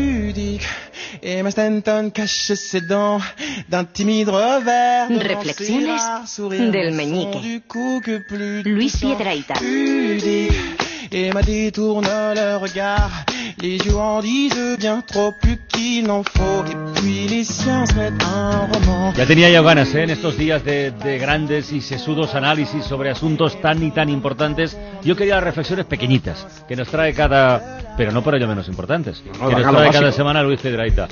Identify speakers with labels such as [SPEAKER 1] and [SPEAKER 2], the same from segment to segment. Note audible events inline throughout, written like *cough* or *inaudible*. [SPEAKER 1] mélodique et ma Stanton cache ses dents d'un timide revers. devant ses
[SPEAKER 2] Reflexiones
[SPEAKER 1] rares sourires
[SPEAKER 2] del
[SPEAKER 1] ne sont
[SPEAKER 2] meñique.
[SPEAKER 1] Du coup que plus
[SPEAKER 2] Luis
[SPEAKER 1] tout semble
[SPEAKER 2] Piedrahita.
[SPEAKER 1] pudique. Et ma détourne le regard, les yeux en disent bien trop plus qu'il n'en faut. Et puis les sciences mettent un roman.
[SPEAKER 3] Ya tenía yo ganas ¿eh? en estos días de, de grandes y sesudos análisis sobre asuntos tan y tan importantes. Yo quería las reflexiones pequeñitas que nos trae cada, pero no por ello menos importantes,
[SPEAKER 4] no,
[SPEAKER 3] que
[SPEAKER 4] venga,
[SPEAKER 3] nos
[SPEAKER 4] lo
[SPEAKER 3] trae
[SPEAKER 4] básico.
[SPEAKER 3] cada semana Luis Pedraita.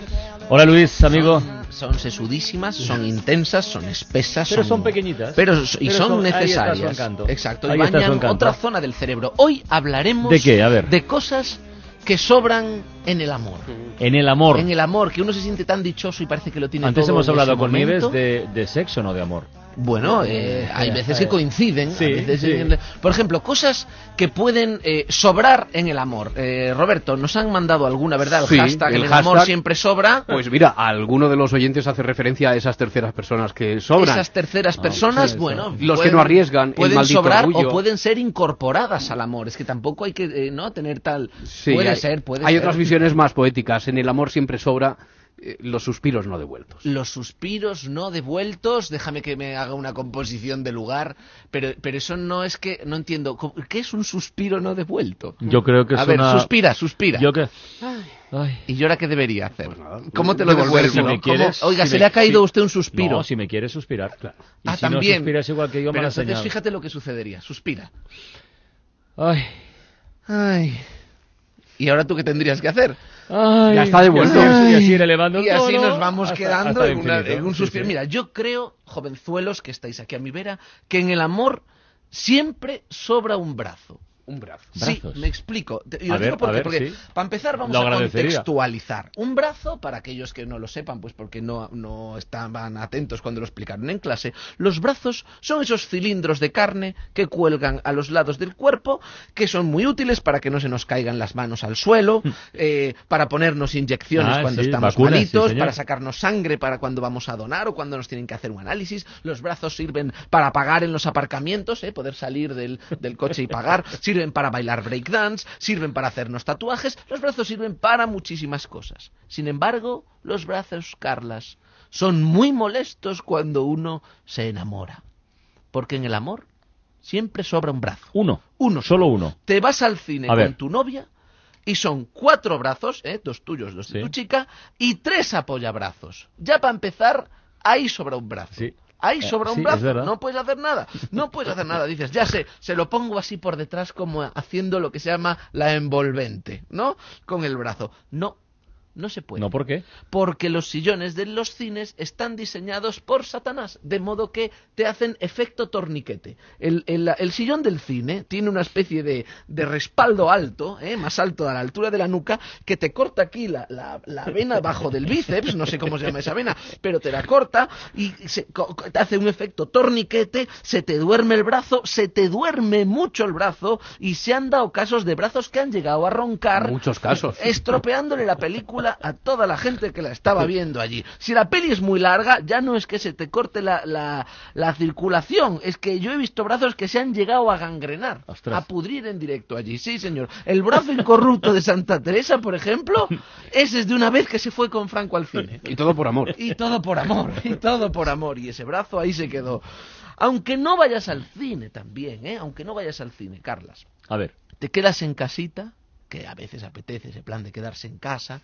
[SPEAKER 3] Hola Luis, amigo.
[SPEAKER 5] Son sesudísimas, son intensas, son espesas.
[SPEAKER 3] Pero son pequeñitas.
[SPEAKER 5] Pero, s- y
[SPEAKER 3] Pero
[SPEAKER 5] son,
[SPEAKER 3] son- ahí está su
[SPEAKER 5] necesarias.
[SPEAKER 3] encanto.
[SPEAKER 5] Exacto.
[SPEAKER 3] Ahí
[SPEAKER 5] y
[SPEAKER 3] está su
[SPEAKER 5] bañan
[SPEAKER 3] encanto.
[SPEAKER 5] otra zona del cerebro. Hoy hablaremos
[SPEAKER 3] ¿De qué? A ver. Mm.
[SPEAKER 5] de cosas que sobran en el amor.
[SPEAKER 3] En el amor.
[SPEAKER 5] En el amor, que uno se siente tan dichoso y parece que lo tiene
[SPEAKER 3] Antes
[SPEAKER 5] todo
[SPEAKER 3] hemos
[SPEAKER 5] en
[SPEAKER 3] hablado
[SPEAKER 5] ese
[SPEAKER 3] con
[SPEAKER 5] momento.
[SPEAKER 3] Nieves de, de sexo, no de amor.
[SPEAKER 5] Bueno, eh, hay veces que coinciden.
[SPEAKER 3] Sí,
[SPEAKER 5] a veces-
[SPEAKER 3] sí.
[SPEAKER 5] Por ejemplo, cosas que pueden eh, sobrar en el amor. Eh, Roberto, nos han mandado alguna, ¿verdad? El
[SPEAKER 4] Sí,
[SPEAKER 5] hashtag,
[SPEAKER 4] el
[SPEAKER 5] en el amor
[SPEAKER 4] hashtag-
[SPEAKER 5] siempre
[SPEAKER 3] Eh,
[SPEAKER 5] sobra.
[SPEAKER 4] Pues mira, alguno de los oyentes hace referencia a esas terceras personas que sobran.
[SPEAKER 5] Esas terceras personas,
[SPEAKER 3] Ah, sí,
[SPEAKER 5] bueno,
[SPEAKER 3] sí.
[SPEAKER 4] Los que no arriesgan, el
[SPEAKER 5] pueden
[SPEAKER 4] maldito
[SPEAKER 5] sobrar
[SPEAKER 4] orgullo.
[SPEAKER 5] o pueden ser incorporadas al amor. Es que tampoco hay que eh, no tener tal.
[SPEAKER 4] Sí,
[SPEAKER 5] puede
[SPEAKER 4] hay,
[SPEAKER 5] ser, puede
[SPEAKER 4] Hay
[SPEAKER 5] ser.
[SPEAKER 4] otras visiones más poéticas. En el amor siempre sobra eh, los suspiros no devueltos.
[SPEAKER 5] Los suspiros no devueltos, déjame que me haga una composición de lugar, pero, pero eso no es que, no entiendo, ¿cómo- ¿qué es un suspiro no devuelto?
[SPEAKER 3] Yo creo que
[SPEAKER 5] Mm. A
[SPEAKER 3] es
[SPEAKER 5] ver,
[SPEAKER 3] una-
[SPEAKER 5] suspira, suspira.
[SPEAKER 3] Yo Pues que...
[SPEAKER 5] ¿Y yo ahora qué debería hacer? ¿Cómo te
[SPEAKER 3] Devolvérselo.
[SPEAKER 5] lo devuelvo?
[SPEAKER 3] Si me
[SPEAKER 5] ¿Cómo-
[SPEAKER 3] quieres,
[SPEAKER 5] Oiga,
[SPEAKER 3] si
[SPEAKER 5] se
[SPEAKER 3] me-
[SPEAKER 5] le ha caído a
[SPEAKER 3] si-
[SPEAKER 5] usted un suspiro.
[SPEAKER 3] No, si me quieres suspirar, claro. Y
[SPEAKER 5] ah,
[SPEAKER 3] si
[SPEAKER 5] también.
[SPEAKER 3] no suspiras igual que yo,
[SPEAKER 5] Pero
[SPEAKER 3] mala
[SPEAKER 5] entonces
[SPEAKER 3] señal.
[SPEAKER 5] fíjate lo que sucedería. Suspira.
[SPEAKER 3] Ay,
[SPEAKER 5] Ay. ¿Y ahora tú qué tendrías que hacer?
[SPEAKER 3] ay,
[SPEAKER 4] Ya está devuelto.
[SPEAKER 3] Y así- Y así ir elevando el
[SPEAKER 5] Y así
[SPEAKER 3] tono
[SPEAKER 5] nos vamos
[SPEAKER 3] hasta-
[SPEAKER 5] quedando
[SPEAKER 3] hasta
[SPEAKER 5] en, una-
[SPEAKER 3] infinito.
[SPEAKER 5] en un
[SPEAKER 3] Sí,
[SPEAKER 5] suspiro.
[SPEAKER 3] sí.
[SPEAKER 5] Mira, yo creo, jovenzuelos que estáis aquí a mi vera, que en el amor siempre sobra un brazo.
[SPEAKER 4] Un brazo.
[SPEAKER 3] Brazos.
[SPEAKER 5] Sí, me explico. Te- y
[SPEAKER 3] A
[SPEAKER 5] lo digo
[SPEAKER 3] ver,
[SPEAKER 5] porque,
[SPEAKER 3] a ver,
[SPEAKER 5] porque
[SPEAKER 3] sí.
[SPEAKER 5] para empezar vamos
[SPEAKER 3] Lo
[SPEAKER 5] a
[SPEAKER 3] agradecería.
[SPEAKER 5] contextualizar. Un brazo, para aquellos que no lo sepan, pues porque no, no estaban atentos cuando lo explicaron en clase, los brazos son esos cilindros de carne que cuelgan a los lados del cuerpo, que son muy útiles para que no se nos caigan las manos al suelo, eh, para ponernos inyecciones
[SPEAKER 3] Hmm. Ah,
[SPEAKER 5] cuando
[SPEAKER 3] sí,
[SPEAKER 5] estamos
[SPEAKER 3] vacunas, sí,
[SPEAKER 5] malitos,
[SPEAKER 3] señor.
[SPEAKER 5] para sacarnos sangre para cuando vamos a donar o cuando nos tienen que hacer un análisis. Los brazos sirven para pagar en los aparcamientos, ¿eh? poder salir del, del coche y pagar. Sirven para bailar breakdance, sirven para hacernos tatuajes. Los brazos sirven para muchísimas cosas. Sin embargo, los brazos, Carlas, son muy molestos cuando uno se enamora. Porque en el amor siempre sobra un brazo.
[SPEAKER 3] Uno.
[SPEAKER 5] Uno
[SPEAKER 3] Solo uno.
[SPEAKER 5] Te vas al cine
[SPEAKER 3] A
[SPEAKER 5] con
[SPEAKER 3] ver.
[SPEAKER 5] tu novia y son cuatro brazos, ¿eh? dos tuyos, dos de
[SPEAKER 3] Sí.
[SPEAKER 5] tu chica, y tres apoyabrazos. Ya para empezar, ahí sobra un brazo.
[SPEAKER 3] Sí.
[SPEAKER 5] Ahí
[SPEAKER 3] Eh,
[SPEAKER 5] sobra
[SPEAKER 3] sí,
[SPEAKER 5] un
[SPEAKER 3] es
[SPEAKER 5] brazo,
[SPEAKER 3] verdad.
[SPEAKER 5] no puedes hacer nada, no puedes hacer nada. Dices, ya sé, se lo pongo así por detrás como haciendo lo que se llama la envolvente, ¿no? Con el brazo. No, no se puede
[SPEAKER 3] No, ¿por qué?
[SPEAKER 5] porque los sillones de los cines están diseñados por Satanás, de modo que te hacen efecto torniquete. El, el- el sillón del cine tiene una especie de, de respaldo alto, ¿eh? más alto a la altura de la nuca, que te corta aquí la, la- la vena bajo del bíceps, no sé cómo se llama esa vena, pero te la corta y se, co- co- te hace un efecto torniquete, se te duerme el brazo, se te duerme mucho el brazo y se han dado casos de brazos que han llegado a roncar Eh,
[SPEAKER 4] Muchos casos.
[SPEAKER 5] estropeándole la película a toda la gente que la estaba viendo allí. Si la peli es muy larga, ya no es que se te corte la, la- la circulación, es que yo he visto brazos que se han llegado a gangrenar,
[SPEAKER 3] Ostras.
[SPEAKER 5] a pudrir en directo allí. Sí, señor. El brazo incorrupto de Santa Teresa, por ejemplo, ese es de una vez que se fue con Franco al cine.
[SPEAKER 4] Y todo por amor.
[SPEAKER 5] Y todo por amor, y todo por amor. Y ese brazo ahí se quedó. Aunque no vayas al cine también, ¿eh? Aunque no vayas al cine, Carlas
[SPEAKER 3] A ver.
[SPEAKER 5] te quedas en casita, que a veces apetece ese plan de quedarse en casa,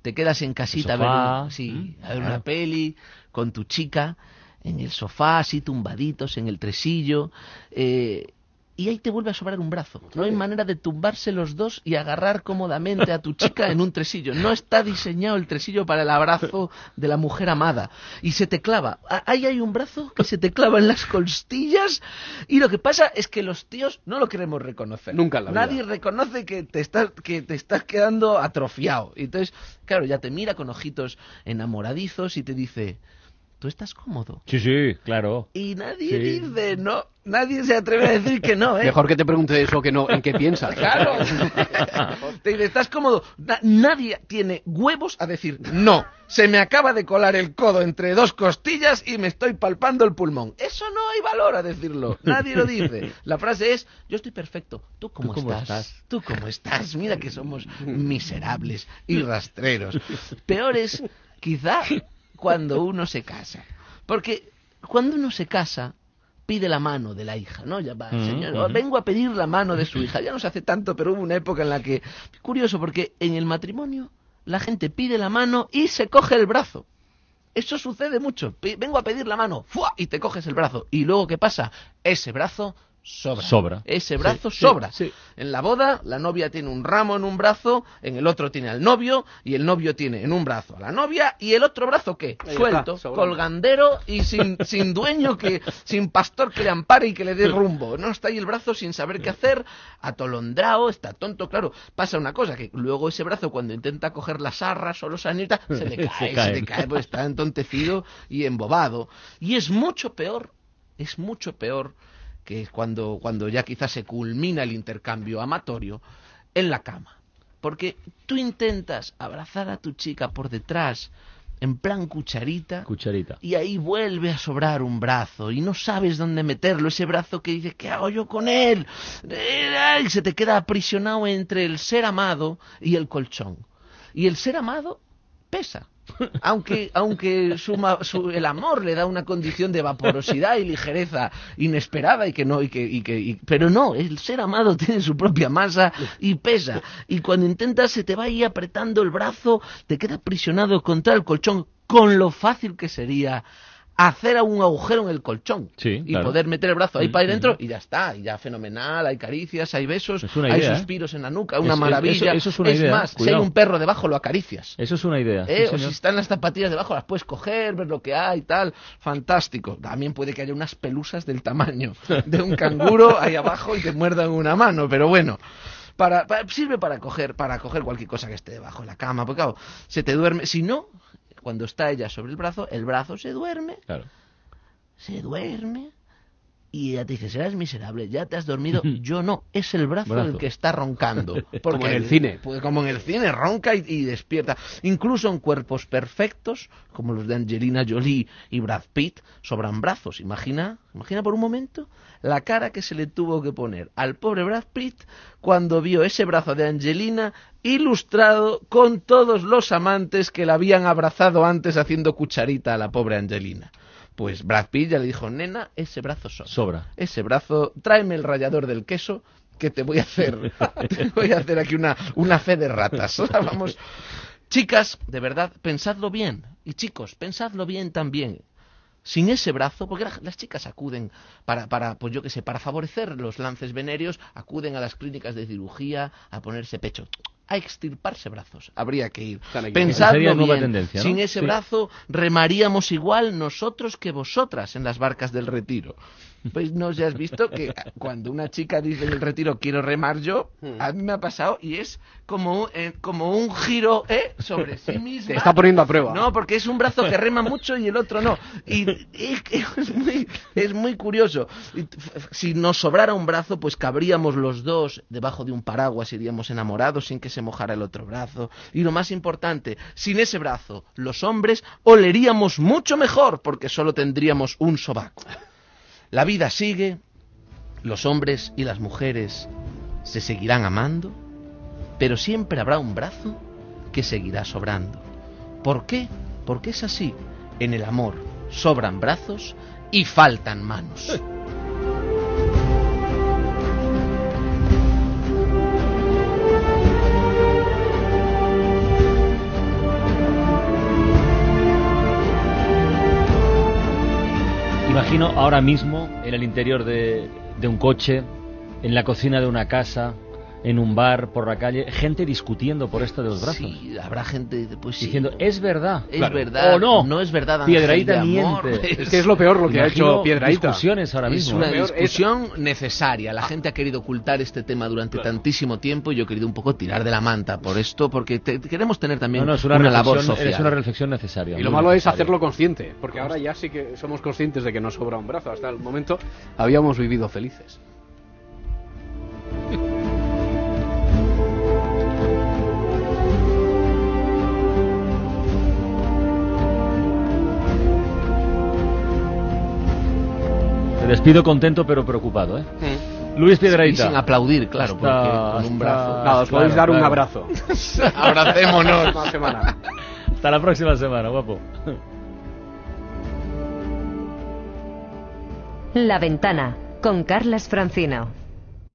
[SPEAKER 5] te quedas en casita a ver,
[SPEAKER 3] sofá,
[SPEAKER 5] una, sí,
[SPEAKER 3] ¿eh?
[SPEAKER 5] a ver una
[SPEAKER 3] Claro.
[SPEAKER 5] peli con tu chica, en el sofá, así tumbaditos, en el tresillo, eh, y ahí te vuelve a sobrar un brazo. No hay manera de tumbarse los dos y agarrar cómodamente a tu chica en un tresillo. No está diseñado el tresillo para el abrazo de la mujer amada. Y se te clava. A- Ahí hay un brazo que se te clava en las costillas. Y lo que pasa es que los tíos no lo queremos reconocer.
[SPEAKER 4] Nunca en la
[SPEAKER 5] Nadie
[SPEAKER 4] vida.
[SPEAKER 5] reconoce que te estás que te estás quedando atrofiado. Y Entonces, claro, ya te mira con ojitos enamoradizos y te dice, tú estás cómodo.
[SPEAKER 3] Sí, sí, claro.
[SPEAKER 5] Y nadie
[SPEAKER 3] Sí.
[SPEAKER 5] dice no, nadie se atreve a decir que no, ¿eh?
[SPEAKER 4] Mejor que te pregunte eso que no, ¿en qué
[SPEAKER 3] *laughs*
[SPEAKER 4] piensas?
[SPEAKER 5] Claro. Te dice, estás cómodo. Na- nadie tiene huevos a decir no. Se me acaba de colar el codo entre dos costillas y me estoy palpando el pulmón. Eso no hay valor a decirlo. Nadie lo dice. La frase es, yo estoy perfecto. ¿Tú cómo,
[SPEAKER 3] cómo
[SPEAKER 5] estás?
[SPEAKER 3] estás?
[SPEAKER 5] ¿Tú cómo estás? Mira que somos miserables y rastreros. Peor es quizá cuando uno se casa. Porque cuando uno se casa, pide la mano de la hija, ¿no? Ya va,
[SPEAKER 3] Mm,
[SPEAKER 5] señor,
[SPEAKER 3] ujú.
[SPEAKER 5] vengo a pedir la mano de su hija. Ya no se hace tanto, pero hubo una época en la que... Curioso, porque en el matrimonio la gente pide la mano y se coge el brazo. Eso sucede mucho. Pe- vengo a pedir la mano, ¡fua! y te coges el brazo. ¿Y luego qué pasa? Ese brazo sobra.
[SPEAKER 3] Sobra.
[SPEAKER 5] Ese
[SPEAKER 3] Sí,
[SPEAKER 5] brazo
[SPEAKER 3] sí,
[SPEAKER 5] sobra.
[SPEAKER 3] sí.
[SPEAKER 5] En la boda, la novia tiene un ramo en un brazo, en el otro tiene al novio, y el novio tiene en un brazo a la novia, y el otro brazo, ¿qué?
[SPEAKER 4] Ahí está,
[SPEAKER 5] Suelto,
[SPEAKER 4] sobrando.
[SPEAKER 5] colgandero y
[SPEAKER 4] *laughs*
[SPEAKER 5] sin, sin dueño, que sin pastor que le ampare y que le dé rumbo. No está ahí el brazo sin saber qué hacer, atolondrado, está tonto, claro. Pasa una cosa, que luego ese brazo, cuando intenta coger las arras o los anitas, se
[SPEAKER 4] *laughs*
[SPEAKER 5] le
[SPEAKER 3] Se
[SPEAKER 5] cae, se,
[SPEAKER 3] cae.
[SPEAKER 5] le cae, pues está entontecido y embobado. Y es mucho peor, es mucho peor que cuando, cuando ya quizás se culmina el intercambio amatorio en la cama. Porque tú intentas abrazar a tu chica por detrás, en plan cucharita,
[SPEAKER 3] Cucharita.
[SPEAKER 5] y ahí vuelve a sobrar un brazo y no sabes dónde meterlo, ese brazo que dices, ¿qué hago yo con él? Eh, ay, se te queda aprisionado entre el ser amado y el colchón. Y el ser amado pesa. Aunque, aunque su ma- su- el amor le da una condición de vaporosidad y ligereza inesperada y que no, y que, y que- y- pero no, el ser amado tiene su propia masa y pesa. Y cuando intentas se te va ahí apretando el brazo, te queda aprisionado contra el colchón con lo fácil que sería hacer un agujero en el colchón
[SPEAKER 3] Sí,
[SPEAKER 5] y
[SPEAKER 3] claro.
[SPEAKER 5] poder meter el brazo ahí para ir
[SPEAKER 3] Mm,
[SPEAKER 5] dentro
[SPEAKER 3] mm.
[SPEAKER 5] y ya está, y ya fenomenal, hay caricias, hay besos,
[SPEAKER 3] Es una
[SPEAKER 5] hay
[SPEAKER 3] idea, ¿eh?
[SPEAKER 5] suspiros en la nuca, una
[SPEAKER 3] Es- es-
[SPEAKER 5] maravilla.
[SPEAKER 3] eso- eso es una idea,
[SPEAKER 5] más, si hay
[SPEAKER 3] cuidado.
[SPEAKER 5] un perro debajo lo acaricias.
[SPEAKER 3] Eso es una idea. sí,
[SPEAKER 5] ¿eh? o si
[SPEAKER 3] señor.
[SPEAKER 5] están las zapatillas debajo, las puedes coger, ver lo que hay y tal. Fantástico. También puede que haya unas pelusas del tamaño de
[SPEAKER 4] *laughs*
[SPEAKER 5] un canguro ahí abajo y te muerdan una mano, pero bueno. Para, para- sirve para coger, para coger cualquier cosa que esté debajo de la cama, porque claro, se te duerme. Si no, cuando está ella sobre el brazo, el brazo se duerme
[SPEAKER 3] Claro.
[SPEAKER 5] se duerme y ya te dice, serás miserable, ya te
[SPEAKER 4] *laughs*
[SPEAKER 5] has dormido. Yo no, es el brazo,
[SPEAKER 3] Brazo.
[SPEAKER 5] el que está roncando.
[SPEAKER 4] Como en el cine.
[SPEAKER 5] Pues como en el cine, ronca y, y despierta. Incluso en cuerpos perfectos, como los de Angelina Jolie y Brad Pitt, sobran brazos. Imagina, imagina por un momento la cara que se le tuvo que poner al pobre Brad Pitt cuando vio ese brazo de Angelina ilustrado con todos los amantes que la habían abrazado antes haciendo cucharita a la pobre Angelina. Pues Brad Pitt ya le dijo, nena, ese brazo sobra.
[SPEAKER 3] Sobra.
[SPEAKER 5] Ese brazo, tráeme el rallador del queso que te voy
[SPEAKER 3] *laughs*
[SPEAKER 5] a hacer. te voy a hacer aquí una, una fe de ratas. *laughs* Ahora vamos. Chicas, de verdad, pensadlo bien. Y chicos, pensadlo bien también. Sin ese brazo, porque la- las chicas acuden para, para, pues yo qué sé, para favorecer los lances venéreos, acuden a las clínicas de cirugía a ponerse pecho, a extirparse brazos. Habría que ir.
[SPEAKER 4] Están aquí.
[SPEAKER 5] Pensadlo
[SPEAKER 3] Sería nueva
[SPEAKER 5] bien.
[SPEAKER 3] tendencia, ¿no?
[SPEAKER 5] Sin ese
[SPEAKER 3] Sí.
[SPEAKER 5] brazo remaríamos igual nosotros que vosotras en las barcas del retiro. Pues no, ya has visto que cuando una chica dice en el retiro quiero remar yo, a mí me ha pasado y es como, eh, como un giro ¿eh? sobre sí misma.
[SPEAKER 4] Te está poniendo a prueba.
[SPEAKER 5] No, porque es un brazo que rema mucho y el otro no. Y, y es, muy, es muy curioso. Y f- Si nos sobrara un brazo, pues cabríamos los dos debajo de un paraguas, iríamos enamorados sin que se mojara el otro brazo. Y lo más importante, sin ese brazo, los hombres oleríamos mucho mejor porque solo tendríamos un sobaco. La vida sigue, los hombres y las mujeres se seguirán amando, pero siempre habrá un brazo que seguirá sobrando. ¿Por qué? Porque es así. En el amor sobran brazos y faltan manos.
[SPEAKER 3] Eh, Imagino ahora mismo en el interior de, de un coche, en la cocina de una casa, en un bar, por la calle, gente discutiendo por esto de los brazos.
[SPEAKER 5] Sí, habrá gente que dice, pues sí.
[SPEAKER 3] Diciendo, es verdad.
[SPEAKER 5] es verdad.
[SPEAKER 3] O no.
[SPEAKER 5] No es verdad. ángel de
[SPEAKER 3] Piedrahíta
[SPEAKER 5] amor.
[SPEAKER 3] miente.
[SPEAKER 5] *laughs*
[SPEAKER 4] Es que es lo peor lo que ha
[SPEAKER 3] Imagino
[SPEAKER 4] hecho Piedrahíta.
[SPEAKER 3] discusiones ahora
[SPEAKER 5] Es
[SPEAKER 3] mismo.
[SPEAKER 5] una
[SPEAKER 3] ¿eh?
[SPEAKER 4] peor es-
[SPEAKER 5] discusión necesaria. La gente ha querido ocultar este tema durante tantísimo tiempo y yo he querido un poco tirar de la manta por esto, porque te- queremos tener también
[SPEAKER 3] No, no, es una,
[SPEAKER 5] labor
[SPEAKER 3] reflexión,
[SPEAKER 5] social.
[SPEAKER 3] es una reflexión necesaria.
[SPEAKER 4] Y lo
[SPEAKER 3] muy
[SPEAKER 4] malo es
[SPEAKER 3] necesaria.
[SPEAKER 4] hacerlo consciente, porque ahora ya sí que somos conscientes de que nos sobra un brazo. Hasta el momento habíamos vivido felices.
[SPEAKER 3] Te despido contento pero preocupado, ¿eh? Luis
[SPEAKER 5] y
[SPEAKER 3] Piedrahíta.
[SPEAKER 5] sin aplaudir, claro,
[SPEAKER 3] Hasta-
[SPEAKER 5] porque con un
[SPEAKER 3] hasta-
[SPEAKER 5] brazo.
[SPEAKER 4] Nada,
[SPEAKER 3] Claro,
[SPEAKER 4] os podéis dar un
[SPEAKER 3] claro.
[SPEAKER 4] abrazo.
[SPEAKER 5] Abracémonos.
[SPEAKER 4] Una semana.
[SPEAKER 3] Hasta la próxima semana, guapo.
[SPEAKER 2] La Ventana con Carlas Francino.